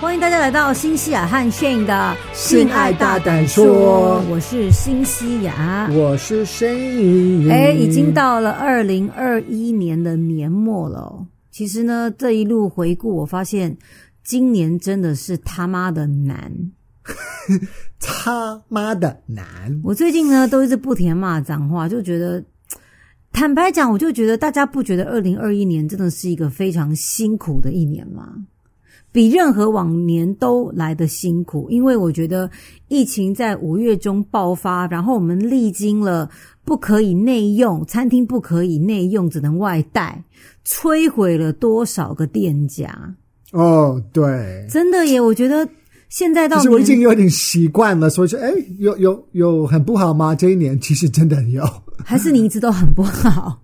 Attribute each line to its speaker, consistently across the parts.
Speaker 1: 欢迎大家来到新西亚和 Shane 的
Speaker 2: 性爱大胆说
Speaker 1: 我是新西亚。
Speaker 2: 我是申莹，
Speaker 1: 啊哎，已经到了二零二一年的年末了哦。其实呢，这一路回顾，我发现今年真的是他妈的难。
Speaker 2: 他妈的难，
Speaker 1: 我最近呢，都一直不停地骂脏话，就觉得。坦白讲，我就觉得大家不觉得二零二一年真的是一个非常辛苦的一年吗？比任何往年都来的辛苦，因为我觉得疫情在五月中爆发，然后我们历经了不可以内用，餐厅不可以内用，只能外带，摧毁了多少个店家？
Speaker 2: 哦，对，
Speaker 1: 真的耶，我觉得现在到
Speaker 2: 其实我已
Speaker 1: 年
Speaker 2: 经有点习惯了，所以说，哎，有有有很不好吗？这一年其实真的有，
Speaker 1: 还是你一直都很不好，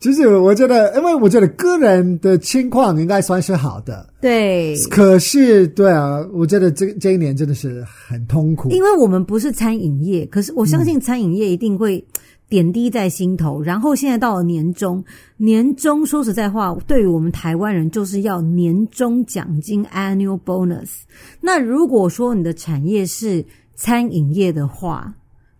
Speaker 2: 其实我觉得，因为我觉得个人的情况应该算是好的，
Speaker 1: 对。
Speaker 2: 可是，对啊，我觉得这这一年真的是很痛苦，
Speaker 1: 因为我们不是餐饮业，可是我相信餐饮业一定会点滴在心头。然后现在到了年终，年终说实在话，对于我们台湾人就是要年终奖金 （annual bonus）。那如果说你的产业是餐饮业的话，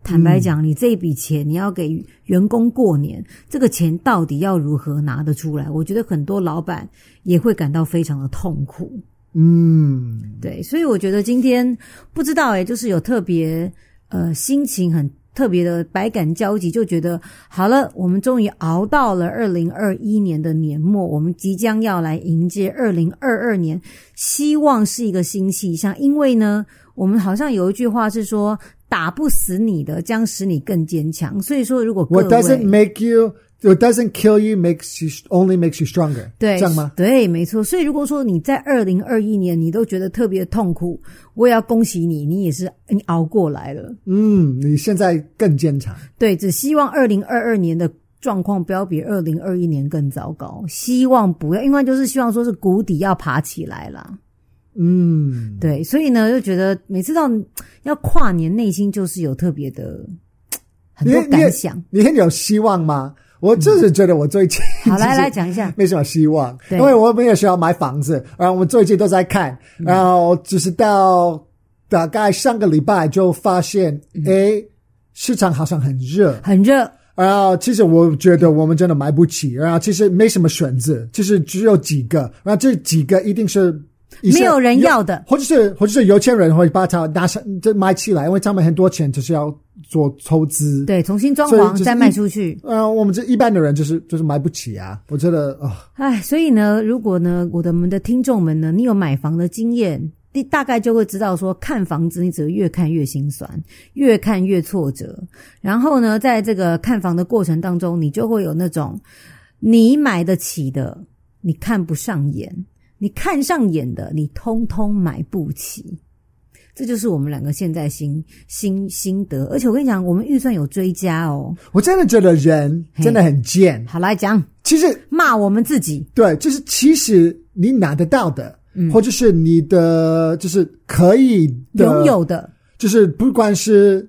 Speaker 1: 坦白讲，你这一笔钱你要给员工过年，这个钱到底要如何拿得出来？我觉得很多老板也会感到非常的痛苦。
Speaker 2: 嗯，
Speaker 1: 对，所以我觉得今天不知道哎、就是有特别呃心情很特别的百感交集，就觉得好了，我们终于熬到了二零二一年的年末，我们即将要来迎接二零二二年，希望是一个新气象。因为呢，我们好像有一句话是说。打不死你的，将使你更坚强。所以说，如果各位
Speaker 2: What doesn't make you, what doesn't kill you makes you only makes you stronger，
Speaker 1: 对，
Speaker 2: 这样吗？
Speaker 1: 对，没错。所以如果说你在二零二一年你都觉得特别痛苦，我也要恭喜你，你也是你熬过来了。
Speaker 2: 嗯，你现在更坚强，
Speaker 1: 对，只希望二零二二年的状况不要比二零二一年更糟糕，希望不要，因为就是希望说是谷底要爬起来啦。
Speaker 2: 嗯，
Speaker 1: 对，所以呢，就觉得每次到要跨年，内心就是有特别的很
Speaker 2: 你
Speaker 1: 多
Speaker 2: 你
Speaker 1: 感 想。
Speaker 2: 你很有希望吗？我就是觉得我最近、
Speaker 1: 嗯好， 来来讲一下，
Speaker 2: 没什么希望，
Speaker 1: 对
Speaker 2: 因为我们也需要买房子，然后我们最近都在看，
Speaker 1: 嗯
Speaker 2: 然后就是到大概上个礼拜就发现，
Speaker 1: 嗯
Speaker 2: 诶，市场好像很热，
Speaker 1: 很热，
Speaker 2: 然后其实我觉得我们真的买不起，然后其实没什么选择，就是只有几个，然后这几个一定是一些
Speaker 1: 没有人要的。
Speaker 2: 或者是或者是有钱人会把它拿上这买起来，因为他们很多钱就是要做投资，
Speaker 1: 对，重新装
Speaker 2: 所以
Speaker 1: 潢
Speaker 2: 就是
Speaker 1: 再
Speaker 2: 一
Speaker 1: 卖出去。
Speaker 2: 呃，我们这一般的人就是就是买不起啊，我觉得啊、
Speaker 1: 唉，哎所以呢，如果呢，我的我们的听众们呢，你有买房的经验，你大概就会知道说，看房子你只会越看越心酸，越看越挫折。然后呢，在这个看房的过程当中，你就会有那种你买得起的，你看不上眼；你看上眼的，你通通买不起。这就是我们两个现在心心心得，而且我跟你讲，我们预算有追加哦。
Speaker 2: 我真的觉得人真的很贱。
Speaker 1: 好，来讲
Speaker 2: 其实
Speaker 1: 骂我们自己，
Speaker 2: 对，就是其实你拿得到的，
Speaker 1: 嗯
Speaker 2: 或者是你的就是可以的
Speaker 1: 拥，有的，
Speaker 2: 就是不管是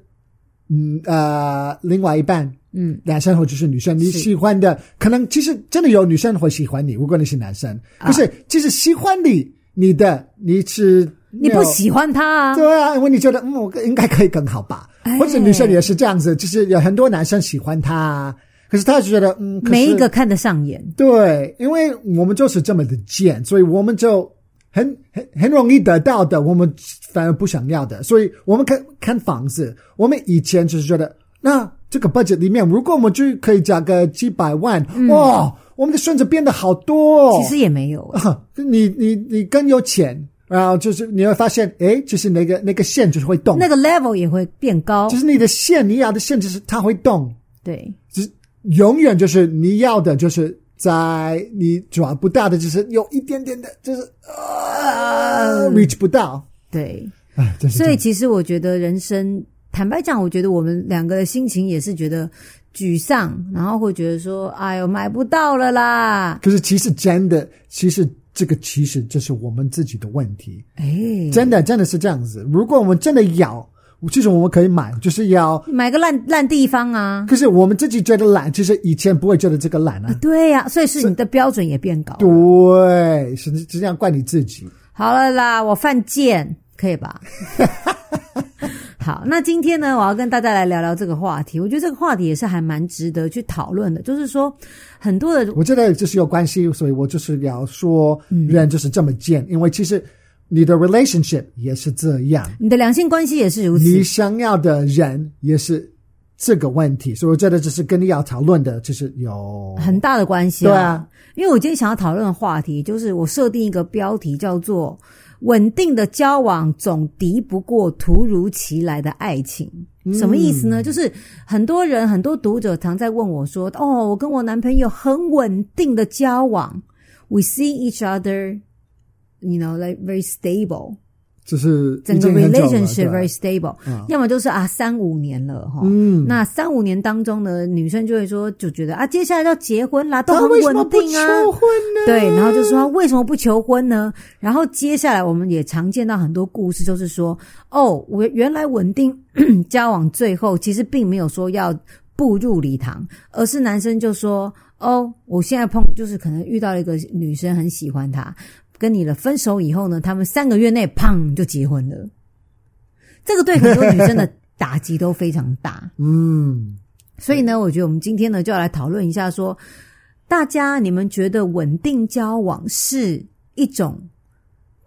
Speaker 2: 嗯呃另外一半。
Speaker 1: 嗯，
Speaker 2: 男生或者是女生，你
Speaker 1: 是
Speaker 2: 喜欢的可能其实真的有女生会喜欢你，如果你是男生，
Speaker 1: 啊
Speaker 2: 可是其实喜欢你你的你是
Speaker 1: 你
Speaker 2: 没有
Speaker 1: 不喜欢他啊？
Speaker 2: 对啊，因为你觉得嗯，我应该可以更好吧？
Speaker 1: 哎
Speaker 2: 或者女生也是这样子，就是有很多男生喜欢她啊，可是她就觉得嗯，可是
Speaker 1: 没一个看得上眼。
Speaker 2: 对，因为我们就是这么的贱，所以我们就很很很容易得到的，我们反而不想要的。所以我们看看房子，我们以前就是觉得，那这个 budget 里面，如果我们就可以加个几百万，哇，我们的选择变得好多、
Speaker 1: 嗯
Speaker 2: 哦。
Speaker 1: 其实也没有、欸
Speaker 2: 啊， 你你你更有钱，然后就是你会发现，哎，就是那个那个线就是会动，
Speaker 1: 那个 level 也会变高
Speaker 2: 就。是你的线，你要的线就是它会动，
Speaker 1: 对，
Speaker 2: 就是永远就是你要的，就是在你抓不到的，就是有一点点的，就是啊、reach 不到，
Speaker 1: 对，
Speaker 2: 哎，真
Speaker 1: 嗯
Speaker 2: 是这
Speaker 1: 所以
Speaker 2: 样
Speaker 1: 其实我觉得人生，坦白讲，我觉得我们两个的心情也是觉得沮丧，然后会觉得说：“哎呦，买不到了啦
Speaker 2: 可是其实真的，其实这个其实就是我们自己的问题，！”
Speaker 1: 哎，
Speaker 2: 真的真的是这样子。如果我们真的要，其实我们可以买，就是要。
Speaker 1: 买个烂烂地方啊！
Speaker 2: 可是我们自己觉得懒，其实以前不会觉得这个懒啊。
Speaker 1: 对呀、所以是你的标准也变高。
Speaker 2: 对，是是这样怪你自己。
Speaker 1: 好了啦，我犯贱，可以吧？好，那今天呢，我要跟大家来聊聊这个话题。我觉得这个话题也是还蛮值得去讨论的，就是说很多的
Speaker 2: 我觉得就是有关系，所以我就是要说，
Speaker 1: 嗯
Speaker 2: 人就是这么贱，因为其实你的 relationship 也是这样，
Speaker 1: 你的两性关系也是如此。
Speaker 2: 你想要的人也是这个问题，所以我觉得这是跟你要讨论的，就是有
Speaker 1: 很大的关系、
Speaker 2: 对啊，
Speaker 1: 因为我今天想要讨论的话题，就是我设定一个标题叫做“稳定的交往总敌不过突如其来的爱情”。
Speaker 2: 嗯
Speaker 1: 什么意思呢？就是很多人、很多读者常在问我说：“哦，我跟我男朋友很稳定的交往，we see each other, you know, like very stable。”
Speaker 2: 就是
Speaker 1: 整
Speaker 2: 已
Speaker 1: 个
Speaker 2: 经很久了
Speaker 1: relationship
Speaker 2: 对
Speaker 1: very stable，、要么就是啊三五年了哈，
Speaker 2: 嗯
Speaker 1: 那三五年当中呢，女生就会说就觉得啊接下来要结婚啦，都
Speaker 2: 他
Speaker 1: 很
Speaker 2: 为什么
Speaker 1: 稳
Speaker 2: 不
Speaker 1: 定
Speaker 2: 求
Speaker 1: 啊，
Speaker 2: 婚呢？
Speaker 1: 对，然后就说为什么不求婚呢？然后接下来我们也常见到很多故事，就是说哦，我原来稳定 交往最后其实并没有说要步入礼堂，而是男生就说哦，我现在碰就是可能遇到了一个女生很喜欢他，跟你了分手以后呢，他们三个月内砰就结婚了，这个对很多女生的打击都非常大。
Speaker 2: 嗯，
Speaker 1: 所以呢，我觉得我们今天呢就要来讨论一下说，大家你们觉得稳定交往是一种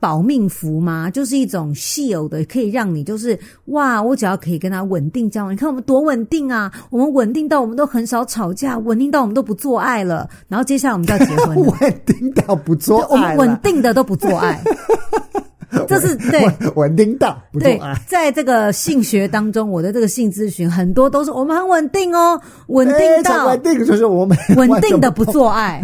Speaker 1: 保命符吗？就是一种 shield 的，可以让你就是哇，我只要可以跟他稳定交往，你看我们多稳定啊！我们稳定到我们都很少吵架，稳定到我们都不做爱了，然后接下来我们就要结婚 了。
Speaker 2: 稳定到不做
Speaker 1: 对我
Speaker 2: 爱
Speaker 1: 们
Speaker 2: 了
Speaker 1: 稳定的都不做爱， 这是对
Speaker 2: 稳稳定到不做
Speaker 1: 对
Speaker 2: 爱。，
Speaker 1: 在这个性学当中，我的这个性咨询很多都是我们很稳定哦，稳定
Speaker 2: 哎
Speaker 1: 到、
Speaker 2: 稳定就是我们
Speaker 1: 稳定的不做爱，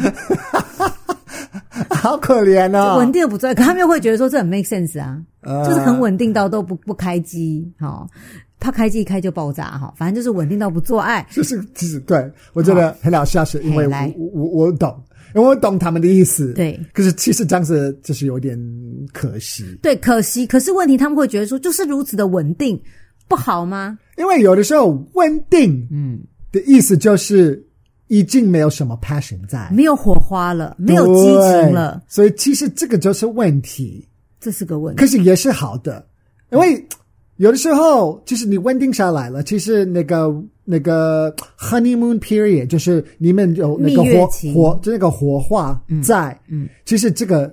Speaker 2: 好可怜哦，
Speaker 1: 稳定的不做爱，可他们又会觉得说这很 make sense 啊，
Speaker 2: 呃
Speaker 1: 就是很稳定到都不不开机，哈、怕开机一开就爆炸哈、反正就是稳定到不做爱。
Speaker 2: 就是其实对我觉得很好笑，是啊因
Speaker 1: 嘿
Speaker 2: 为我
Speaker 1: 来
Speaker 2: 我我我懂，因为我懂他们的意思。
Speaker 1: 对，
Speaker 2: 可是其实这样子就是有点可惜，
Speaker 1: 对，可惜，可是问题他们会觉得说，就是如此的稳定，不好吗？
Speaker 2: 因为有的时候稳定，嗯，的意思就是已经没有什么 passion 在，
Speaker 1: 没有火花了，没有激情了，
Speaker 2: 对，所以其实这个就是问题。
Speaker 1: 这是个问题。
Speaker 2: 可是也是好的，因为有的时候就是你稳定下来了，其实那个那个 honeymoon period 就是你们有那个
Speaker 1: 蜜月
Speaker 2: 火
Speaker 1: 期
Speaker 2: 火就那个火花在，
Speaker 1: 嗯嗯
Speaker 2: 其实这个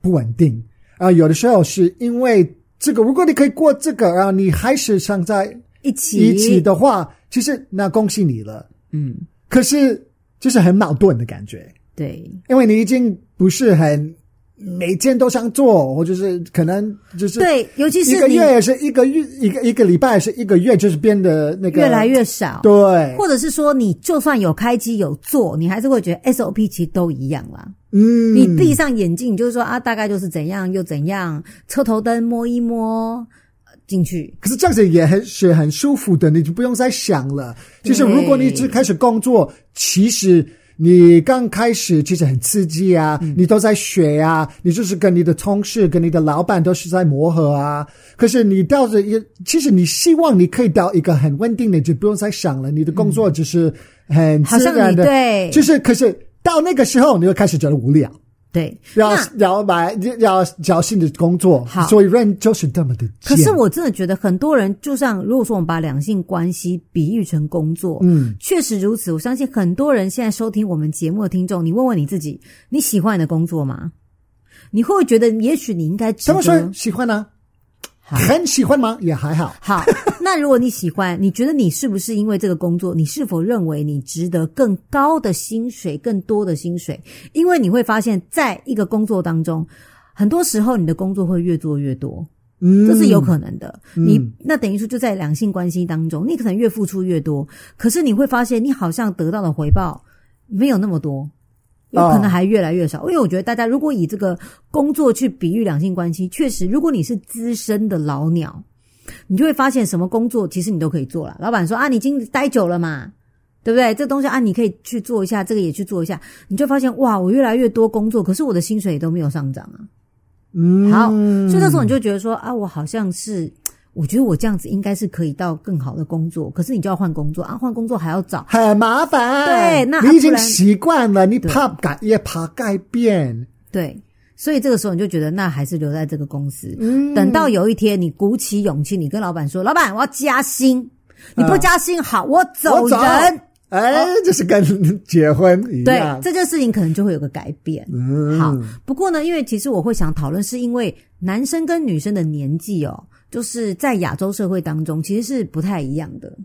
Speaker 2: 不稳定啊、有的时候是因为这个，如果你可以过这个，然后你还是想在
Speaker 1: 一起，
Speaker 2: 一起，的话，其实那恭喜你了。
Speaker 1: 嗯，
Speaker 2: 可是就是很矛盾的感觉。
Speaker 1: 对，
Speaker 2: 因为你已经不是很每天都想做，或者是可能就是
Speaker 1: 对，尤其
Speaker 2: 一
Speaker 1: 是
Speaker 2: 个
Speaker 1: 你
Speaker 2: 月也是一个月一个一个礼拜是一个月，就是变得那个
Speaker 1: 越来越少，
Speaker 2: 对，
Speaker 1: 或者是说你就算有开机有做，你还是会觉得 SOP 其实都一样啦。
Speaker 2: 嗯，
Speaker 1: 你闭上眼睛，你就是说啊，大概就是怎样又怎样，车头灯摸一摸呃进去。
Speaker 2: 可是这样子也很是很舒服的，你就不用再想了。就是如果你只开始工作，其实你刚开始其实很刺激啊，
Speaker 1: 嗯
Speaker 2: 你都在学啊，你就是跟你的同事、跟你的老板都是在磨合啊。可是你到这也，其实你希望你可以到一个很稳定的，就不用再想了。你的工作就是很
Speaker 1: 嗯好
Speaker 2: 自
Speaker 1: 像
Speaker 2: 然
Speaker 1: 你
Speaker 2: 的，
Speaker 1: 对
Speaker 2: 就是可是到那个时候，你就开始觉得无聊。
Speaker 1: 对，
Speaker 2: 要
Speaker 1: 那
Speaker 2: 要买要找新的工作
Speaker 1: 好，
Speaker 2: 所以人就是这么的
Speaker 1: 可
Speaker 2: 贱。
Speaker 1: 是我真的觉得很多人，就像如果说我们把两性关系比喻成工作，嗯，确实如此。我相信很多人现在收听我们节目的听众，你问问你自己，你喜欢你的工作吗？你会不会觉得，也许你应该值
Speaker 2: 怎么说
Speaker 1: 得？
Speaker 2: 喜欢呢、
Speaker 1: 好
Speaker 2: 很喜欢吗？也还好。
Speaker 1: 好，那如果你喜欢，你觉得你是不是因为这个工作，你是否认为你值得更高的薪水、更多的薪水？因为你会发现，在一个工作当中，很多时候你的工作会越做越多，
Speaker 2: 嗯，
Speaker 1: 这是有可能的。你那等于说就在两性关系当中，你可能越付出越多，可是你会发现，你好像得到的回报没有那么多。有可能还越来越少，因为我觉得大家如果以这个工作去比喻两性关系，确实，如果你是资深的老鸟，你就会发现什么工作其实你都可以做了。老板说啊，你已经待久了嘛，对不对？这东西啊，你可以去做一下，这个也去做一下，你就发现哇，我越来越多工作，可是我的薪水也都没有上涨啊。
Speaker 2: 嗯，
Speaker 1: 好，所以那时候你就觉得说啊，我好像是。我觉得我这样子应该是可以到更好的工作，可是你就要换工作啊，换工作还要找，
Speaker 2: 很麻烦。
Speaker 1: 对那
Speaker 2: 你已
Speaker 1: 不
Speaker 2: 经
Speaker 1: 然
Speaker 2: 习惯了，你怕改也怕改变。
Speaker 1: 对，所以这个时候你就觉得，那还是留在这个公司。
Speaker 2: 嗯
Speaker 1: 等到有一天你鼓起勇气，你跟老板说：“老板，我要加薪。”你不加薪，好，我走
Speaker 2: 我
Speaker 1: 人。哦
Speaker 2: 走哎，就是跟结婚一
Speaker 1: 对
Speaker 2: 样，嗯
Speaker 1: 这件事情可能就会有个改变。好，不过呢，因为其实我会想讨论，是因为男生跟女生的年纪哦，就是在亚洲社会当中其实是不太一样的。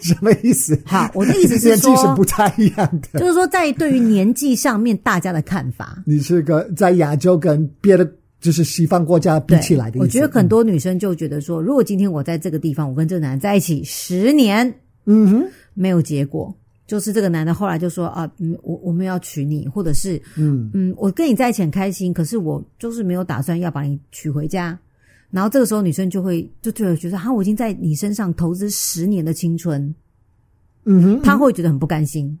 Speaker 2: 什么意思？
Speaker 1: 好，我的意思是
Speaker 2: 年纪是
Speaker 1: 说
Speaker 2: 不，太一样的。
Speaker 1: 就是说在对于年纪上面大家的看法。
Speaker 2: 你是个在亚洲跟别的就是西方国家比
Speaker 1: 对
Speaker 2: 起来的意思，
Speaker 1: 我觉得很多女生就觉得说，如果今天我在这个地方，我跟这个男人在一起十年，
Speaker 2: 嗯哼，
Speaker 1: 没有结果。就是这个男的后来就说啊，嗯，我我们要娶你，或者是嗯嗯，我跟你在一起很开心，可是我就是没有打算要把你娶回家。然后这个时候女生就会就觉得觉得哈、我已经在你身上投资十年的青春，
Speaker 2: 嗯哼。
Speaker 1: 她会觉得很不甘心。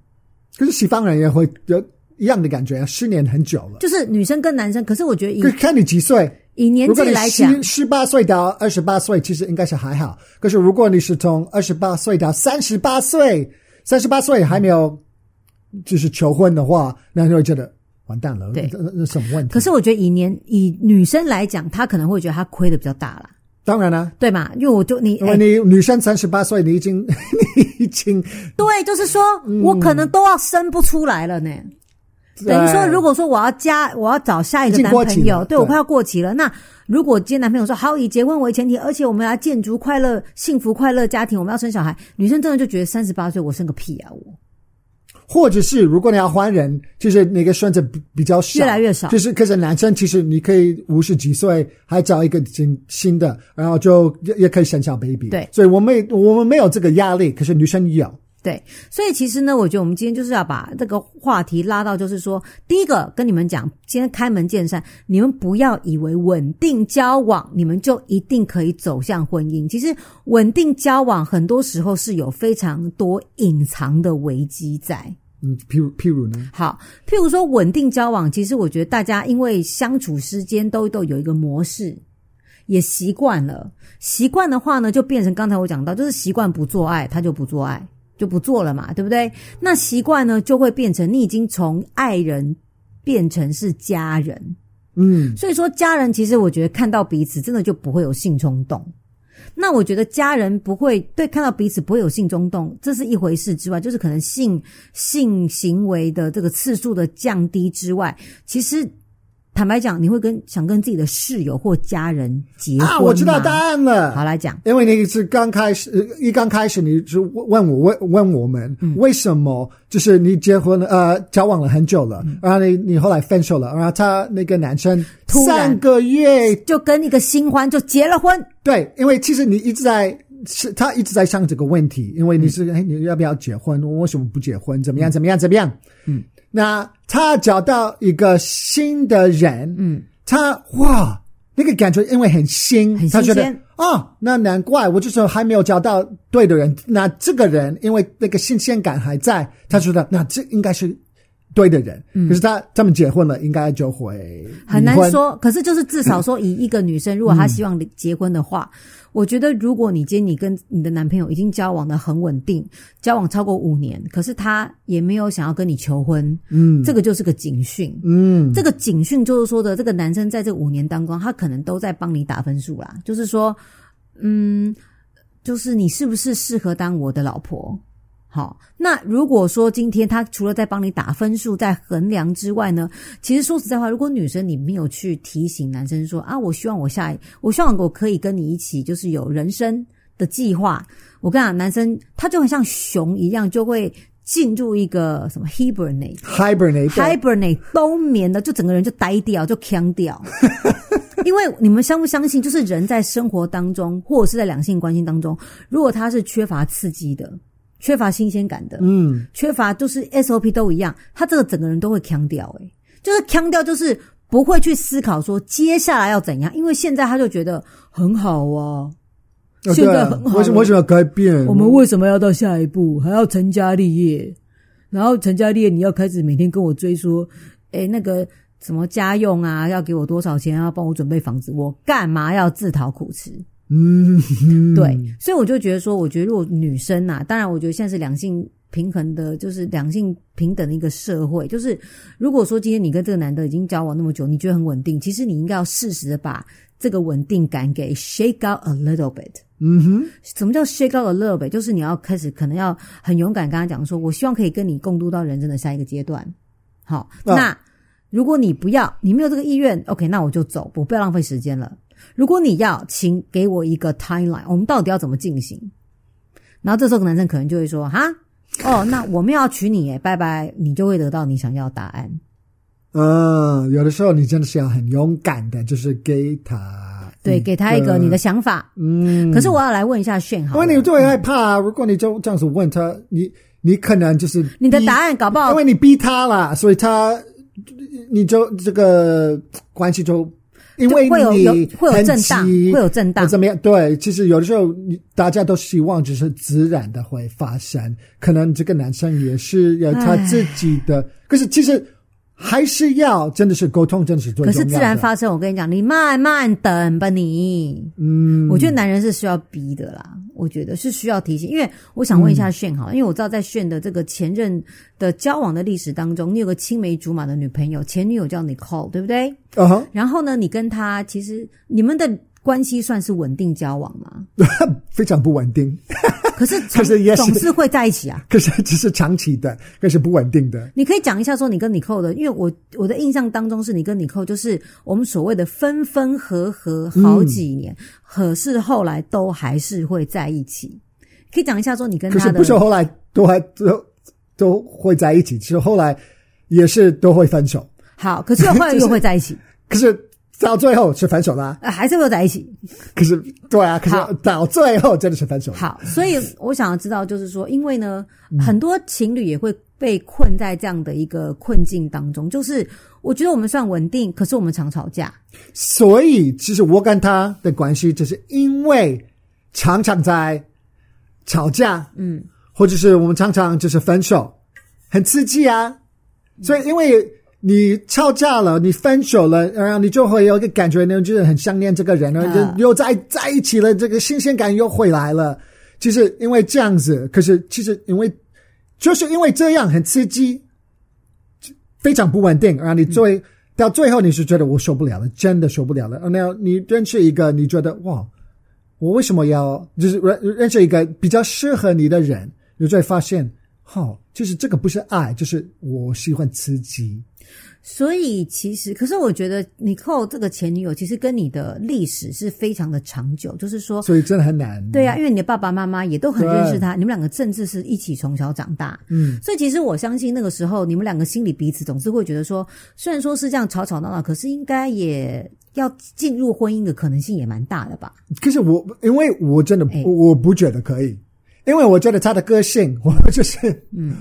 Speaker 2: 可是西方人也会有一样的感觉，十年很久了。
Speaker 1: 就是女生跟男生，可是我觉得以
Speaker 2: 可是看你几岁，
Speaker 1: 以年
Speaker 2: 如
Speaker 1: 纪
Speaker 2: 果你
Speaker 1: 来讲，
Speaker 2: 十十八岁到二十八岁，其实应该是还好。可是如果你是从二十八岁到三十八岁，三十八岁还没有就是求婚的话，那就会觉得完蛋了，
Speaker 1: 对
Speaker 2: 那那那什么问题？
Speaker 1: 可是我觉得以年以女生来讲，她可能会觉得她亏的比较大啦，
Speaker 2: 当然啦、
Speaker 1: 对嘛？因为我就你
Speaker 2: 因为
Speaker 1: 哎
Speaker 2: 你女生三十八岁，你已经 你已经
Speaker 1: 哎对，就是说
Speaker 2: 嗯
Speaker 1: 我可能都要生不出来了呢。等于说，
Speaker 2: 呃
Speaker 1: 如果说我要加，我要找下一个
Speaker 2: 已经
Speaker 1: 男
Speaker 2: 过期
Speaker 1: 朋友，
Speaker 2: 了
Speaker 1: 对我
Speaker 2: 对
Speaker 1: 快要过期了。那如果今天男朋友说好以结婚为前提，而且我们要建筑快乐、幸福快乐家庭，我们要生小孩，女生真的就觉得三十八岁我生个屁啊！我
Speaker 2: 或者是如果你要换人，就是那个选择比比较少，
Speaker 1: 越来越少
Speaker 2: 就是可是男生其实你可以五十几岁还找一个新新的，然后就也也可以生小 baby。
Speaker 1: 对
Speaker 2: 所以我们我们没有这个压力，可是女生有。
Speaker 1: 对，所以其实呢，我觉得我们今天就是要把这个话题拉到，就是说，第一个跟你们讲，今天开门见山，你们不要以为稳定交往你们就一定可以走向婚姻。其实稳定交往很多时候是有非常多隐藏的危机在。
Speaker 2: 嗯，譬如譬如呢，
Speaker 1: 好，譬如说稳定交往，其实我觉得大家因为相处时间都都有一个模式，也习惯了。习惯的话呢，就变成刚才我讲到，就是习惯不做爱，他就不做爱，就不做了嘛，对不对？那习惯呢，就会变成你已经从爱人变成是家人。
Speaker 2: 嗯，
Speaker 1: 所以说，家人其实我觉得看到彼此，真的就不会有性冲动。那我觉得家人不会对看到彼此不会有性冲动，这是一回事之外，就是可能性性行为的这个次数的降低之外，其实坦白讲，你会跟想跟自己的室友或家人结婚
Speaker 2: 啊，我知道
Speaker 1: 吗
Speaker 2: 答案了。
Speaker 1: 好来讲，
Speaker 2: 因为你是刚开始，呃一刚开始你是问我问问我们、为什么，就是你结婚了呃交往了很久了，然后你你后来分手了，然后他那个男生
Speaker 1: 突然
Speaker 2: 三个月
Speaker 1: 就跟一个新欢就结了婚，
Speaker 2: 对，因为其实你一直在是他一直在想这个问题，因为你是
Speaker 1: 嗯
Speaker 2: 哎、你要不要结婚？我为什么不结婚？怎么样？怎么样？怎么样？嗯，那他找到一个新的人，嗯，他哇，那个感觉因为很新，
Speaker 1: 很新
Speaker 2: 他觉得
Speaker 1: 鲜
Speaker 2: 哦，那难怪我就是还没有找到对的人。那这个人因为那个新鲜感还在，他觉得那这应该是。对的人，可是他他们结婚了，应该就会
Speaker 1: 嗯很难
Speaker 2: 离婚
Speaker 1: 说。可是就是至少说，以一个女生，如果她希望结婚的话，我觉得如果你今天你跟你的男朋友已经交往的很稳定，交往超过五年，可是他也没有想要跟你求婚，嗯，这个就是个警讯。
Speaker 2: 嗯，
Speaker 1: 这个警讯就是说的，这个男生在这五年当中，他可能都在帮你打分数啦，就是说，嗯，就是你是不是适合当我的老婆？好，那如果说今天他除了在帮你打分数、在衡量之外呢，其实说实在话，如果女生你没有去提醒男生说啊，我希望我下一，我希望我可以跟你一起，就是有人生的计划。我跟你讲，男生他就很像熊一样，就会进入一个什么 hibernate。
Speaker 2: hibernate
Speaker 1: hibernate 冬眠的，就整个人就呆掉，就腔掉。因为你们相不相信，就是人在生活当中，或者是在两性关系当中，如果他是缺乏刺激的、缺乏新鲜感的，
Speaker 2: 嗯，
Speaker 1: 缺乏就是 SOP 都一样，他这个整个人都会腔掉、欸，就是腔掉，就是不会去思考说接下来要怎样，因为现在他就觉得很好啊，
Speaker 2: 哦
Speaker 1: 现
Speaker 2: 对
Speaker 1: 在
Speaker 2: 啊
Speaker 1: 很好
Speaker 2: 为什么为什么要改变？
Speaker 1: 我们为什么要到下一步，还要成家立业？然后成家立业，你要开始每天跟我追说，哎，那个什么家用啊，要给我多少钱，要帮我准备房子，我干嘛要自讨苦吃？
Speaker 2: 嗯，
Speaker 1: 啊对，所以我就觉得说，我觉得如果女生呐、当然我觉得现在是两性平衡的，就是两性平等的一个社会。就是如果说今天你跟这个男的已经交往那么久，你觉得很稳定，其实你应该要适时的把这个稳定感给 shake out a little bit。
Speaker 2: 嗯
Speaker 1: 什么叫 shake out a little bit？就是你要开始可能要很勇敢跟他讲说，我希望可以跟你共度到人生的下一个阶段。好，
Speaker 2: 那
Speaker 1: 那如果你不要，你没有这个意愿，OK，那我就走，我不要浪费时间了。如果你要，请给我一个 timeline，我们到底要怎么进行？然后这时候男生可能就会说：“哈，哦，那我们要娶你耶，拜拜！”你就会得到你想要的答案。
Speaker 2: 哼，嗯，有的时候你真的是要很勇敢的，就是给他
Speaker 1: 对，给他一个你的想法。
Speaker 2: 嗯，
Speaker 1: 可是我要来问一下炫
Speaker 2: 因
Speaker 1: 豪，
Speaker 2: 为你就会害怕、如果你就这样子问他，你你可能就是
Speaker 1: 你的
Speaker 2: 逼
Speaker 1: 答案搞不好
Speaker 2: 因为你逼他啦，所以他你就这个关系就因为
Speaker 1: 就会有
Speaker 2: 你
Speaker 1: 有会有
Speaker 2: 很
Speaker 1: 震荡，
Speaker 2: 急
Speaker 1: 会有震荡
Speaker 2: 或。怎么样？对，其实有的时候你大家都希望就是自然的会发生，可能这个男生也是有他
Speaker 1: 唉
Speaker 2: 自己的，可是其实还是要真的是沟通，真的是最
Speaker 1: 可
Speaker 2: 重
Speaker 1: 是
Speaker 2: 要的。
Speaker 1: 自然发生，我跟你讲，你慢慢等吧你。
Speaker 2: 嗯，
Speaker 1: 我觉得男人是需要逼的啦，我觉得是需要提醒。因为我想问一下炫
Speaker 2: 嗯
Speaker 1: 好了，因为我知道在炫的这个前任的交往的历史当中，你有个青梅竹马的女朋友，前女友叫 Nicole，对不对？
Speaker 2: 啊哈，
Speaker 1: 然后呢，你跟她其实你们的关系算是稳定交往吗？
Speaker 2: 非常不稳定，
Speaker 1: 可是
Speaker 2: 可是也是
Speaker 1: 总总是会在一起啊。
Speaker 2: 可是只是长期的，可是不稳定的。
Speaker 1: 你可以讲一下说你跟你扣的，因为我我的印象当中是你跟你扣就是我们所谓的分分合合好几年，可是后来都还是会在一起。可以讲一下说你跟
Speaker 2: 可
Speaker 1: 他
Speaker 2: 是
Speaker 1: 的
Speaker 2: 不是后来都还都都会在一起，其实后来也是都会分手，
Speaker 1: 好，可是后来又会在一 起，
Speaker 2: 可是到最后是分手啦、
Speaker 1: 呃还是会在一起。
Speaker 2: 可是对啊，可
Speaker 1: 好
Speaker 2: 是到最后真的是分手。
Speaker 1: 好，所以我想要知道，就是说，因为呢，
Speaker 2: 嗯
Speaker 1: 很多情侣也会被困在这样的一个困境当中，就是我觉得我们算稳定，可是我们常吵架。
Speaker 2: 所以其实我跟他的关系，就是因为常常在吵架，
Speaker 1: 嗯，
Speaker 2: 或者是我们常常就是分手，很刺激啊。
Speaker 1: 嗯
Speaker 2: 所以因为你吵架了，你分手了，然后你就会有一个感觉，呢，就是很想念这个人，然后
Speaker 1: 啊
Speaker 2: 就又在在一起了，这个新鲜感又回来了。其实因为这样子，可是其实因为就是因为这样很刺激，非常不稳定，然后你最、
Speaker 1: 嗯
Speaker 2: 到最后你是觉得我受不了了，真的受不了了。然后你认识一个，你觉得哇，我为什么要就是认认识一个比较适合你的人，你就会发现，哦，就是这个不是爱，就是我喜欢刺激。
Speaker 1: 所以其实，可是我觉得你扣这个前女友，其实跟你的历史是非常的长久，就是说，
Speaker 2: 所以真的很难。
Speaker 1: 对啊，因为你的爸爸妈妈也都很认识
Speaker 2: 对
Speaker 1: 他，你们两个甚至是一起从小长大，
Speaker 2: 嗯，
Speaker 1: 所以其实我相信那个时候你们两个心里彼此总是会觉得说，虽然说是这样吵吵闹闹，可是应该也要进入婚姻的可能性也蛮大的吧？
Speaker 2: 可是我因为我真的、
Speaker 1: 哎
Speaker 2: 我不觉得可以，因为我觉得他的个性，我就是嗯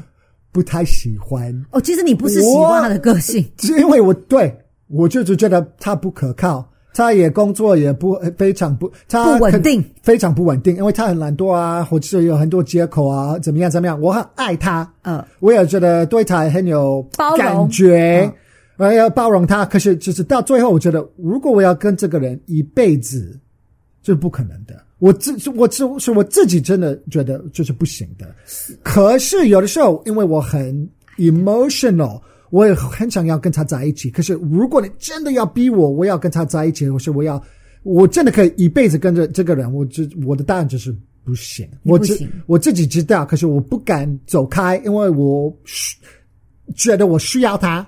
Speaker 2: 不太喜欢，
Speaker 1: 哦，其实你不是喜欢他的个性，
Speaker 2: 是因为我对我就是觉得他不可靠。他也工作也不非常不，他
Speaker 1: 不
Speaker 2: 可
Speaker 1: 稳定，
Speaker 2: 非常不稳定，因为他很懒惰啊，或者是有很多借口啊，怎么样怎么样。我很爱他，
Speaker 1: 呃，
Speaker 2: 我也觉得对他很有
Speaker 1: 包容嗯
Speaker 2: 感觉，我要包容他。可是，就是到最后，我觉得如果我要跟这个人一辈子，这不可能的。我自是我自是我自己真的觉得就是不行的。可是有的时候，因为我很 emotional，我也很想要跟他在一起。可是如果你真的要逼我，我要跟他在一起，我说我要，我真的可以一辈子跟着这个人，我就我的答案就是不行。
Speaker 1: 你
Speaker 2: 我
Speaker 1: 不
Speaker 2: 自
Speaker 1: 行
Speaker 2: 我自己知道，可是我不敢走开，因为我需觉得我需要他，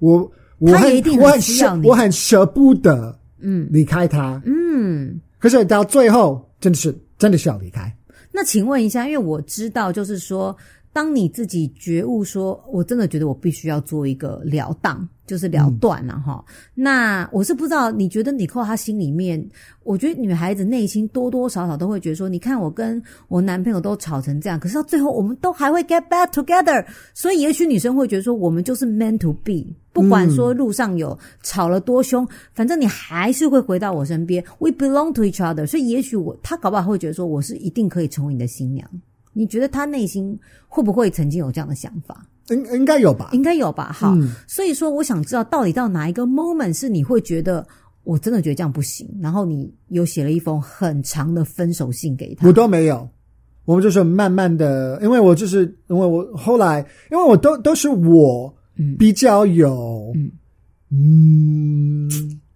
Speaker 2: 我我
Speaker 1: 他
Speaker 2: 很
Speaker 1: 也一定
Speaker 2: 我
Speaker 1: 很
Speaker 2: 很
Speaker 1: 需要
Speaker 2: 舍
Speaker 1: 你
Speaker 2: 我很舍不得
Speaker 1: 嗯
Speaker 2: 离开他，
Speaker 1: 嗯。
Speaker 2: 可是到最后真的是真的是要离开。
Speaker 1: 那请问一下，因为我知道，就是说，当你自己觉悟说，我真的觉得我必须要做一个了当，就是了断了、哈、那我是不知道，你觉得你扣他心里面，我觉得女孩子内心多多少少都会觉得说，你看我跟我男朋友都吵成这样，可是到最后我们都还会 get back together，所以也许女生会觉得说，我们就是 meant to be。不管说路上有吵了多凶，反正你还是会回到我身边。We belong to each other，所以也许我他搞不好会觉得说我是一定可以成为你的新娘。你觉得他内心会不会曾经有这样的想法？
Speaker 2: 应应该有吧？
Speaker 1: 应该有吧？好，
Speaker 2: 嗯
Speaker 1: 所以说我想知道到底到哪一个 moment 是你会觉得我真的觉得这样不行，然后你有写了一封很长的分手信给他
Speaker 2: 我。都没有，我们就是慢慢的，因为我就是因为我后来，因为我都都是我比较有嗯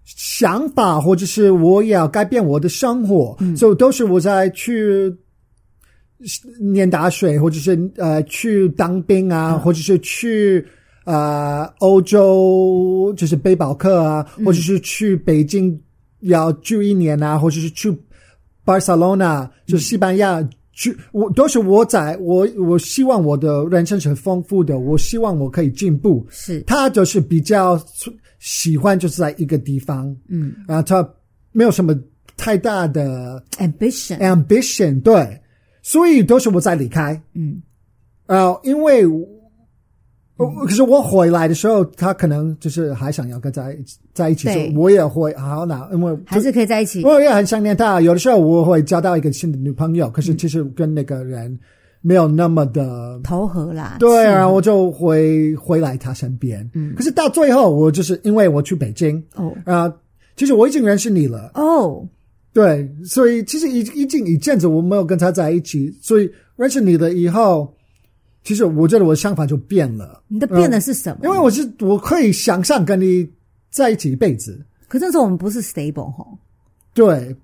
Speaker 2: 想法，或者是我也要改变我的生活，所以都是我在去。念大学，或者是呃去当兵啊，或者是去呃欧洲，就是背包客啊，或者是去北京要住一年啊，或者是去 Barcelona，就是西班牙。去我都是我在我我希望我的人生是很丰富的，我希望我可以进步。
Speaker 1: 是
Speaker 2: 他就是比较喜欢就是在一个地方，
Speaker 1: 嗯，
Speaker 2: 然后他没有什么太大的
Speaker 1: ambition，
Speaker 2: ambition，对，所以都是我在离开。
Speaker 1: 嗯，
Speaker 2: 呃，因为我、我可是我回来的时候，他可能就是还想要跟在一起在一起，所
Speaker 1: 对
Speaker 2: 以我也会好那，因为
Speaker 1: 还是可以在一起。
Speaker 2: 我也很想念他。有的时候我会交到一个新的女朋友，可
Speaker 1: 嗯
Speaker 2: 是其实跟那个人没有那么的。
Speaker 1: 投合啦，
Speaker 2: 对啊，我就回回来他身边。嗯，可是到最后，我就是因为我去北京
Speaker 1: 哦
Speaker 2: 啊、呃其实我已经认识你了，
Speaker 1: 哦，
Speaker 2: 对，所以其实已已经一阵子我没有跟他在一起，所以认识你了以后，其实我觉得我想法就变了，
Speaker 1: 你的变的是什么？
Speaker 2: 因为我是我可以想象跟你在一起一辈子，
Speaker 1: 可那时候我们不是 stable 吼，
Speaker 2: 对。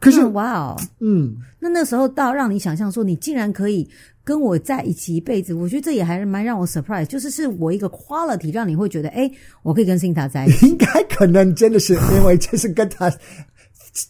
Speaker 2: 可
Speaker 1: 可
Speaker 2: 是，
Speaker 1: 哇哦，
Speaker 2: 嗯，
Speaker 1: 那那时候到让你想象说，你竟然可以跟我在一起一辈子，我觉得这也还是蛮让我 surprise，就是是我一个 quality 让你会觉得，哎、我可以跟 Sinta 在一 起，
Speaker 2: 应该可能真的是因为这是跟他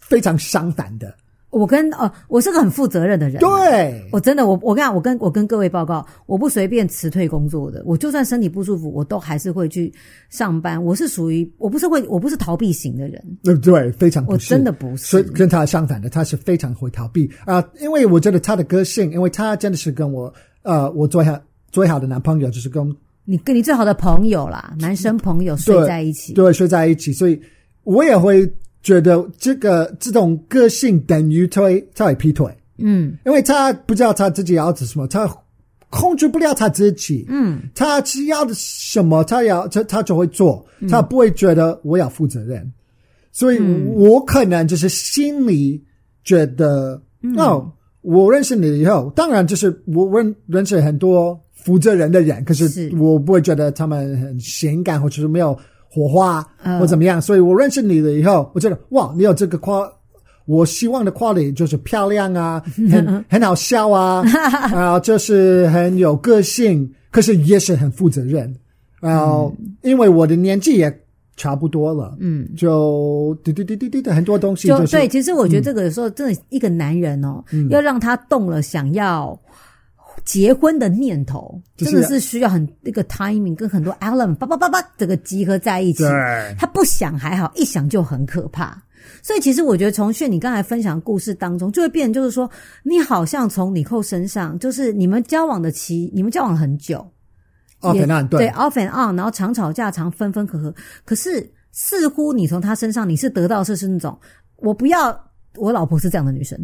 Speaker 2: 非常相反的，
Speaker 1: 我跟哦、我是个很负责任的人，
Speaker 2: 对，
Speaker 1: 我真的，我我跟你讲我跟我跟各位报告，我不随便辞退工作的，我就算身体不舒服，我都还是会去上班。我是属于我不是会我不是逃避型的人，
Speaker 2: 对对，非常不
Speaker 1: 我
Speaker 2: 是
Speaker 1: 真的不是
Speaker 2: 所以跟他相反的，他是非常会逃避啊、因为我觉得他的个性，因为他真的是跟我呃，我最好最好的男朋友就是跟
Speaker 1: 你跟你最好的朋友啦，男生朋友睡
Speaker 2: 对
Speaker 1: 在一起，
Speaker 2: 嗯对，睡在一起，所以我也会觉得这个这种个性等于推他会劈腿，
Speaker 1: 嗯，
Speaker 2: 因为他不知道他自己要的什么，他控制不了他自己，
Speaker 1: 嗯，
Speaker 2: 他只要的什么，他要他他就会做，
Speaker 1: 嗯
Speaker 2: 他不会觉得我要负责任，所以我可能就是心里觉得，
Speaker 1: 嗯
Speaker 2: 哦，我认识你以后，当然就是我认认识很多负责人的人，可是
Speaker 1: 是
Speaker 2: 我不会觉得他们很性感或者是没有火花、
Speaker 1: 嗯
Speaker 2: 或怎么样，所以我认识你了以后，我觉得哇，你有这个夸。我希望的 quality 就是漂亮啊， 很很好笑啊，啊、就是很有个性，可是也是很负责任。然后、因为我的年纪也差不多了，嗯，就滴滴滴滴滴的很多东西
Speaker 1: 就是对，其实我觉
Speaker 2: 嗯
Speaker 1: 得这个有时候真的，一个男人哦，要让他动了想要结婚的念头，
Speaker 2: 就是
Speaker 1: 真的是需要很那个 timing 跟很多 element 叭叭叭叭这个集合在一起。他不想还好，一想就很可怕。所以其实我觉得，从炫你刚才分享的故事当中，就会变成就是说，你好像从李寇身上，就是你们交往的期，你们交往很久，
Speaker 2: 哦，
Speaker 1: 也
Speaker 2: 很难
Speaker 1: 对
Speaker 2: 对
Speaker 1: off and on，然后常吵架，常分分合合。可是似乎你从他身上，你是得到的是那种我不要。我老婆是这样的女生，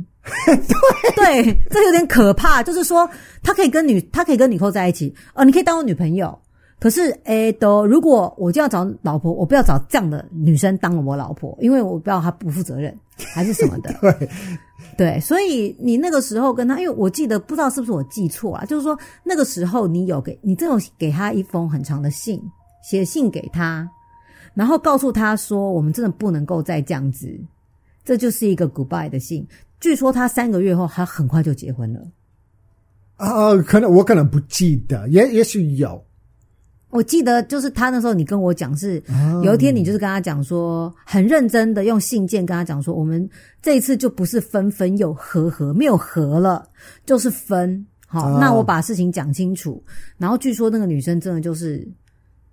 Speaker 1: 对对，这有点可怕。就是说，她可以跟女，她可以跟女寇在一起，哦、你可以当我女朋友。可是，诶，都如果我就要找老婆，我不要找这样的女生当我老婆，因为我不要她不负责任还是什么的。
Speaker 2: 对，
Speaker 1: 对，所以你那个时候跟他，因为我记得不知道是不是我记错啊了，就是说那个时候你有给你这种给他一封很长的信，写信给他，然后告诉他说我们真的不能够再这样子，这就是一个 goodbye 的信。据说他三个月后，他很快就结婚了。
Speaker 2: 啊、可能我可能不记得，也也许有
Speaker 1: 我记得就是他那时候，你跟我讲是、有
Speaker 2: 啊
Speaker 1: 一
Speaker 2: 嗯
Speaker 1: 天，你就是跟他讲说，很认真的用信件跟他讲说，我们这一次就不是分分又合合，没有合了，就是分。好，
Speaker 2: 哦
Speaker 1: 那我把事情讲清楚。然后据说那个女生真的就是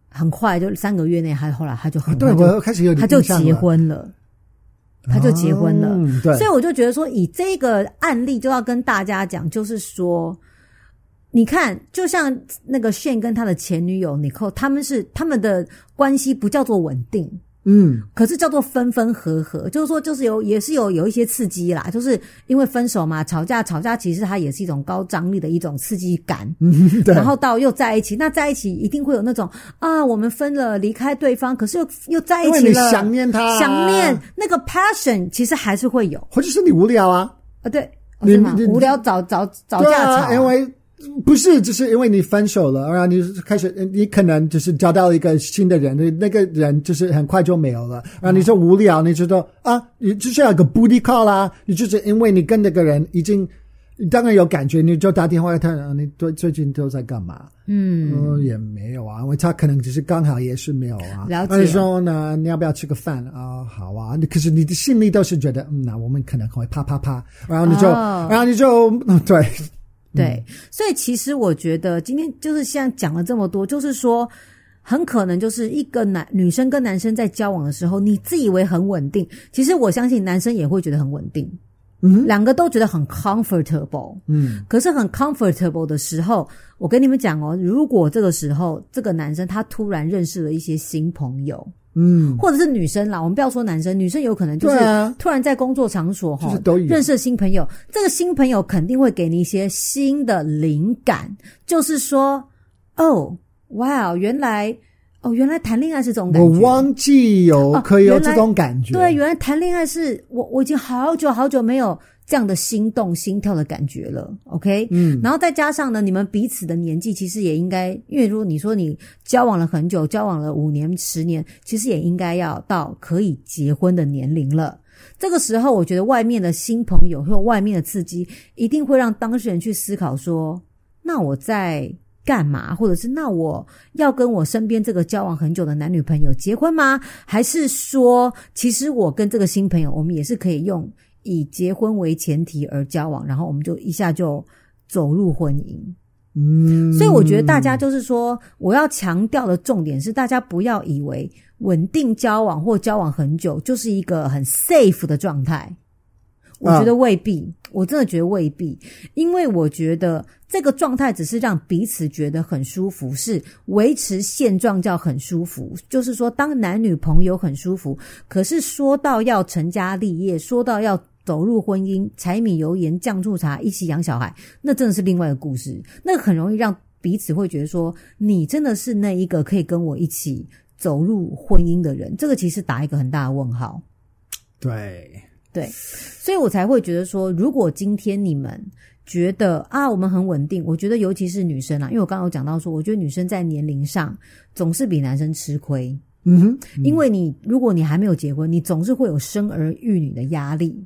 Speaker 1: 很快就三个月内，还后来她就很
Speaker 2: 啊对
Speaker 1: 快就
Speaker 2: 我开始有点
Speaker 1: 她就
Speaker 2: 印象了
Speaker 1: 结，婚了，她就结婚了。
Speaker 2: 嗯对
Speaker 1: 所以我就觉得说，以这个案例就要跟大家讲，就是说，你看，就像那个炫跟他的前女友 Nicole，他们是他们的关系不叫做稳定，
Speaker 2: 嗯，
Speaker 1: 可是叫做分分合合，就是说，就是有也是有有一些刺激啦，就是因为分手嘛，吵架吵架，其实它也是一种高张力的一种刺激感。
Speaker 2: 嗯对，
Speaker 1: 然后到又在一起，那在一起一定会有那种啊，我们分了，离开对方，可是又又在一
Speaker 2: 因为
Speaker 1: 起
Speaker 2: 你
Speaker 1: 了，
Speaker 2: 想啊念他，
Speaker 1: 想念那个 passion，其实还是会有。
Speaker 2: 或者是你无聊啊，
Speaker 1: 啊，对，哦是吗
Speaker 2: 你？你
Speaker 1: 无聊找找找
Speaker 2: 对
Speaker 1: 架吵
Speaker 2: 啊，
Speaker 1: 啊，
Speaker 2: 因为不是，就是因为你分手了，然后你开始，呃你可能就是交到一个新的人，那个人就是很快就没有了，然后你就无聊，你就说啊，你就是要有个 booty call 啦，你就是因为你跟那个人已经。当然有感觉，你就打电话给他，啊你最最近都在干嘛？
Speaker 1: 嗯，
Speaker 2: 嗯，也没有啊，因为他可能只是刚好也是没有啊。
Speaker 1: 了解
Speaker 2: 那你说呢？你要不要吃个饭啊、好啊，可是你的心里都是觉得，嗯，那我们可能会啪啪啪，然后你就，
Speaker 1: 哦
Speaker 2: 然后你就，嗯对，
Speaker 1: 对，
Speaker 2: 嗯
Speaker 1: 所以其实我觉得今天就是像讲了这么多，就是说。很可能就是一个男女生跟男生在交往的时候，你自以为很稳定，其实我相信男生也会觉得很稳定，
Speaker 2: 嗯
Speaker 1: 两个都觉得很 comfortable，
Speaker 2: 嗯
Speaker 1: 可是很 comfortable 的时候，我跟你们讲哦，如果这个时候这个男生他突然认识了一些新朋友，
Speaker 2: 嗯，
Speaker 1: 或者是女生啦，我们不要说男生，女生有可能就是
Speaker 2: 对啊
Speaker 1: 突然在工作场所哈、
Speaker 2: 就是都有
Speaker 1: 认识新朋友，这个新朋友肯定会给你一些新的灵感，就是说，哦，哇，原来哦，原来谈恋爱是这种感
Speaker 2: 我
Speaker 1: 觉。
Speaker 2: 忘记有
Speaker 1: 哦
Speaker 2: 可以有
Speaker 1: 原来
Speaker 2: 这种感觉，
Speaker 1: 对，原来谈恋爱是我我已经好久好久没有这样的心动心跳的感觉了，OK，
Speaker 2: 嗯
Speaker 1: 然后再加上呢，你们彼此的年纪其实也应该，因为如果你说你交往了很久，交往了五年、十年，其实也应该要到可以结婚的年龄了。这个时候，我觉得外面的新朋友或外面的刺激，一定会让当事人去思考说，那我在干嘛，或者是那我要跟我身边这个交往很久的男女朋友结婚吗？还是说，其实我跟这个新朋友，我们也是可以用以结婚为前提而交往，然后我们就一下就走入婚姻。
Speaker 2: 嗯，
Speaker 1: 所以我觉得大家就是说，我要强调的重点是，大家不要以为稳定交往或交往很久就是一个很 safe 的状态。我觉得未必，我真的觉得未必，因为我觉得这个状态只是让彼此觉得很舒服，是维持现状叫很舒服。就是说，当男女朋友很舒服，可是说到要成家立业，说到要走入婚姻，柴米油盐酱醋茶，一起养小孩，那真的是另外一个故事。那很容易让彼此会觉得说，你真的是那一个可以跟我一起走入婚姻的人。这个其实打一个很大的问号。
Speaker 2: 对，
Speaker 1: 对，所以我才会觉得说，如果今天你们觉得啊，我们很稳定，我觉得尤其是女生啊，因为我刚刚有讲到说，我觉得女生在年龄上总是比男生吃亏，
Speaker 2: 嗯哼，
Speaker 1: 因为你如果你还没有结婚，你总是会有生儿育女的压力，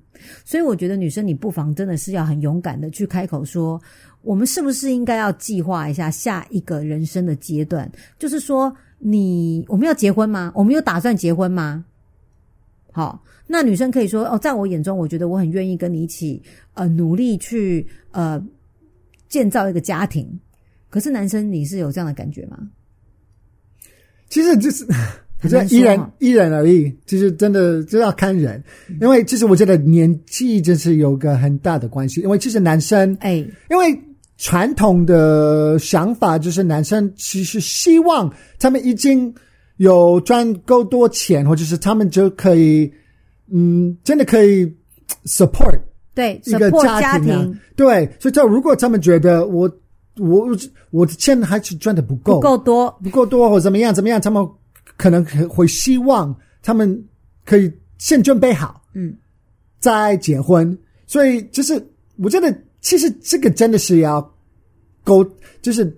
Speaker 1: 所以我觉得女生你不妨真的是要很勇敢的去开口说，我们是不是应该要计划一下下一个人生的阶段？就是说你，我们要结婚吗？我们有打算结婚吗？好，那女生可以说哦，在我眼中，我觉得我很愿意跟你一起呃努力去呃建造一个家庭。可是男生，你是有这样的感觉吗？
Speaker 2: 其实就是。
Speaker 1: 很
Speaker 2: 我觉得
Speaker 1: 难
Speaker 2: 依
Speaker 1: 说
Speaker 2: 然
Speaker 1: 哈
Speaker 2: 依然而已，就是真的就要看人，因为其实我觉得年纪就是有个很大的关系，因为其实男生
Speaker 1: 哎、
Speaker 2: 因为传统的想法就是男生其实希望他们已经有赚够多钱，或者是他们就可以，嗯，真的可以 support
Speaker 1: 对
Speaker 2: 一个
Speaker 1: ，support 家
Speaker 2: 庭啊。对，所以就如果他们觉得我我我的钱还是赚的不够，
Speaker 1: 不够多，
Speaker 2: 不够多或怎么样怎么样，他们可能会希望他们可以先准备好，
Speaker 1: 嗯，
Speaker 2: 再结婚。所以就是我觉得，其实这个真的是要沟，就是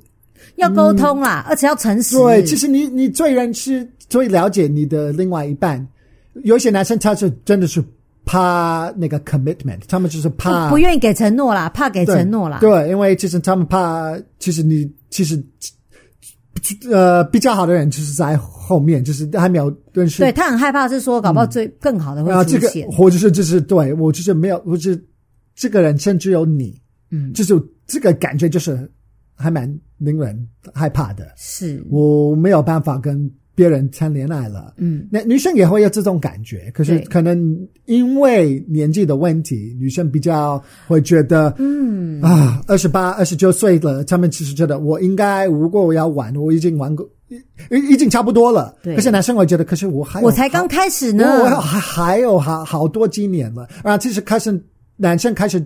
Speaker 1: 要沟通啦，而且要诚实。
Speaker 2: 嗯对，其实你你最认识、最了解你的另外一半。有些男生他是真的是怕那个 commitment，他们就是
Speaker 1: 不
Speaker 2: 怕
Speaker 1: 不愿意给承诺啦，怕给
Speaker 2: 对
Speaker 1: 承诺啦。
Speaker 2: 啊对，因为其实他们怕，其实你其实呃比较好的人就是在后面，就是还没有认识
Speaker 1: 对他很害怕是说，搞不好最更好的会
Speaker 2: 啊，
Speaker 1: 出
Speaker 2: 这个
Speaker 1: 现。
Speaker 2: 或者是就是对我就是没有，我就是这个人甚至有你，
Speaker 1: 嗯，
Speaker 2: 就是这个感觉就是还蛮令人害怕的。
Speaker 1: 是，
Speaker 2: 我没有办法跟别人谈恋爱了。
Speaker 1: 嗯，
Speaker 2: 那女生也会有这种感觉，可是
Speaker 1: 对
Speaker 2: 可能因为年纪的问题，女生比较会觉得，嗯啊，二十八、二十九岁了，她们其实觉得我应该，如果我要玩，我已经玩过，已已经差不多了。
Speaker 1: 对
Speaker 2: 可是男生会觉得，可是我还有
Speaker 1: 我才刚嗯开始呢。
Speaker 2: 哎哦我我还还有好好多几年了啊！其实开始男生开始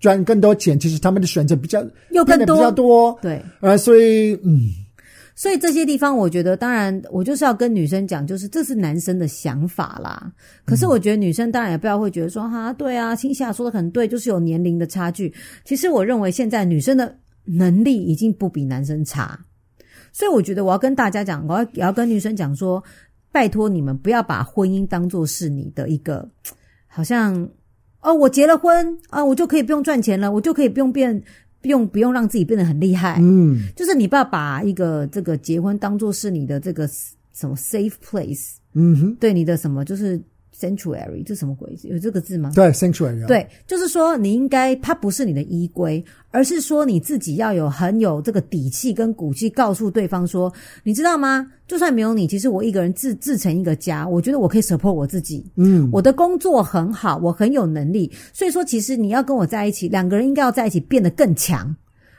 Speaker 2: 赚更多钱，其实他们的选择比较
Speaker 1: 又更
Speaker 2: 变得比较多，
Speaker 1: 对，
Speaker 2: 啊，所以嗯，
Speaker 1: 所以这些地方，我觉得当然，我就是要跟女生讲，就是这是男生的想法啦。可是我觉得女生当然也不要会觉得说，哈，对啊，青夏说的很对，就是有年龄的差距。其实我认为现在女生的能力已经不比男生差，所以我觉得我要跟大家讲，我要也要跟女生讲说，拜托你们不要把婚姻当做是你的一个好像哦，我结了婚啊，我就可以不用赚钱了，我就可以不用变，不用不用让自己变得很厉害。
Speaker 2: 嗯，
Speaker 1: 就是你不要把一个这个结婚当做是你的这个 s- 什么 safe place，
Speaker 2: 嗯哼，
Speaker 1: 对你的什么就是 sanctuary，这什么鬼？有这个字吗？
Speaker 2: 对，sanctuary，，啊
Speaker 1: 对，就是说你应该，它不是你的依归，而是说你自己要有很有这个底气跟骨气，告诉对方说，你知道吗？就算没有你，其实我一个人自自成一个家，我觉得我可以 support 我自己。
Speaker 2: 嗯，
Speaker 1: 我的工作很好，我很有能力，所以说其实你要跟我在一起，两个人应该要在一起变得更强，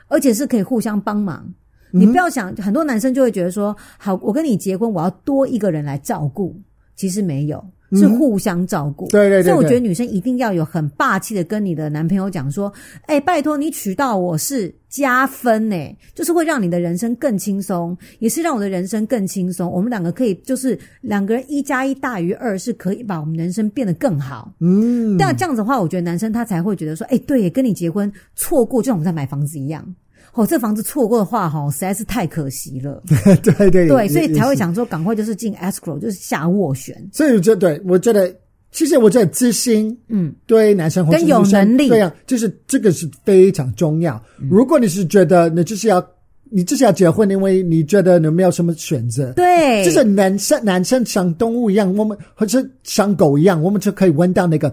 Speaker 1: 而且是可以互相帮忙。
Speaker 2: 嗯
Speaker 1: 你不要想，很多男生就会觉得说，好，我跟你结婚，我要多一个人来照顾，其实没有，是互相照顾。
Speaker 2: 嗯对对对
Speaker 1: 所以我
Speaker 2: 对
Speaker 1: 觉得女生一定要有很霸气的跟你的男朋友讲说，哎、拜托你娶到我是加分呢、就是会让你的人生更轻松，也是让我的人生更轻松。我们两个可以就是两个人一加一大于二，是可以把我们人生变得更好。
Speaker 2: 嗯，
Speaker 1: 但这样子的话，我觉得男生他才会觉得说，哎、对耶，跟你结婚错过，就像我们在买房子一样。哦，这房子错过的话，哈，实在是太可惜了。
Speaker 2: 对对
Speaker 1: 对，
Speaker 2: 也
Speaker 1: 所以才
Speaker 2: 也
Speaker 1: 会
Speaker 2: 是
Speaker 1: 想说，赶快就是进 escrow，就是下斡旋。
Speaker 2: 所以我觉得，对我觉得，其实我觉得自信
Speaker 1: 嗯，
Speaker 2: 对男生或者
Speaker 1: 跟有
Speaker 2: 女生
Speaker 1: 能力嗯
Speaker 2: 对呀、就是这个是非常重要。如果你是觉得你就是要你就是要结婚，因为你觉得你没有什么选择，
Speaker 1: 对，
Speaker 2: 就是男生男生像动物一样，我们或者像狗一样，我们就可以闻到那个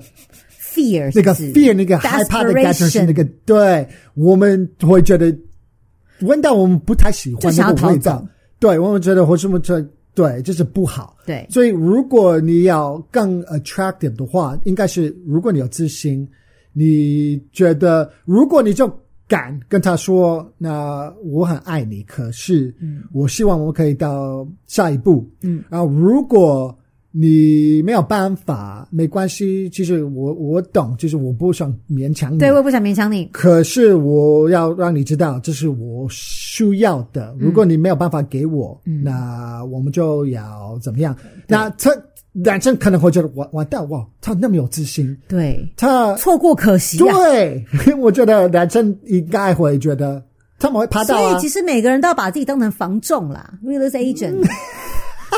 Speaker 1: fear
Speaker 2: 那个
Speaker 1: 是
Speaker 2: fear 那个害怕的感觉是
Speaker 1: desperation
Speaker 2: 那个，对，我们会觉得闻到我们不太喜
Speaker 1: 就
Speaker 2: 欢
Speaker 1: 想
Speaker 2: 那
Speaker 1: 要
Speaker 2: 个
Speaker 1: 逃
Speaker 2: 味
Speaker 1: 走
Speaker 2: 道，。对，我们觉得或是我们觉得对，就是不好。
Speaker 1: 对，
Speaker 2: 所以，如果你要更 attractive 的话，应该是如果你有自信，你觉得如果你就敢跟他说，那我很爱你，可是我希望我们可以到下一步。
Speaker 1: 嗯，
Speaker 2: 然后如果你没有办法，没关系，其实我我懂，就是我不想勉强你。
Speaker 1: 对，我也不想勉强你。
Speaker 2: 可是我要让你知道，这是我需要的。如果你没有办法给我，
Speaker 1: 嗯
Speaker 2: 那我们就要怎么样？那他男生可能会觉得完完蛋哇，他那么有自信，
Speaker 1: 对，
Speaker 2: 他
Speaker 1: 错过可惜啊。
Speaker 2: 对，我觉得男生应该会觉得他们会爬到
Speaker 1: 所以
Speaker 2: 啊
Speaker 1: 其，实每个人都要把自己当成房仲啦，real estate agent，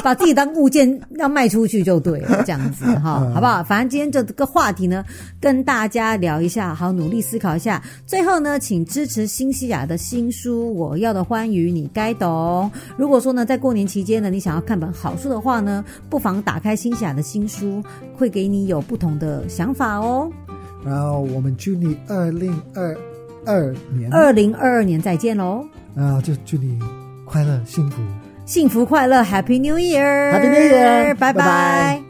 Speaker 1: 把自己当物件要卖出去就对了，这样子
Speaker 2: 嗯
Speaker 1: 哈，好不好？反正今天这个话题呢，跟大家聊一下，好，努力思考一下。最后呢，请支持新西亚的新书《我要的欢愉你该懂》。如果说呢，在过年期间呢，你想要看本好书的话呢，不妨打开新西亚的新书，会给你有不同的想法哦。
Speaker 2: 然后我们祝你二零二二年
Speaker 1: 二零二二年再见喽！
Speaker 2: 啊，就祝你快乐幸福。
Speaker 1: 幸福快乐，Happy New Year，
Speaker 2: Happy New Year，
Speaker 1: 拜拜
Speaker 2: 拜拜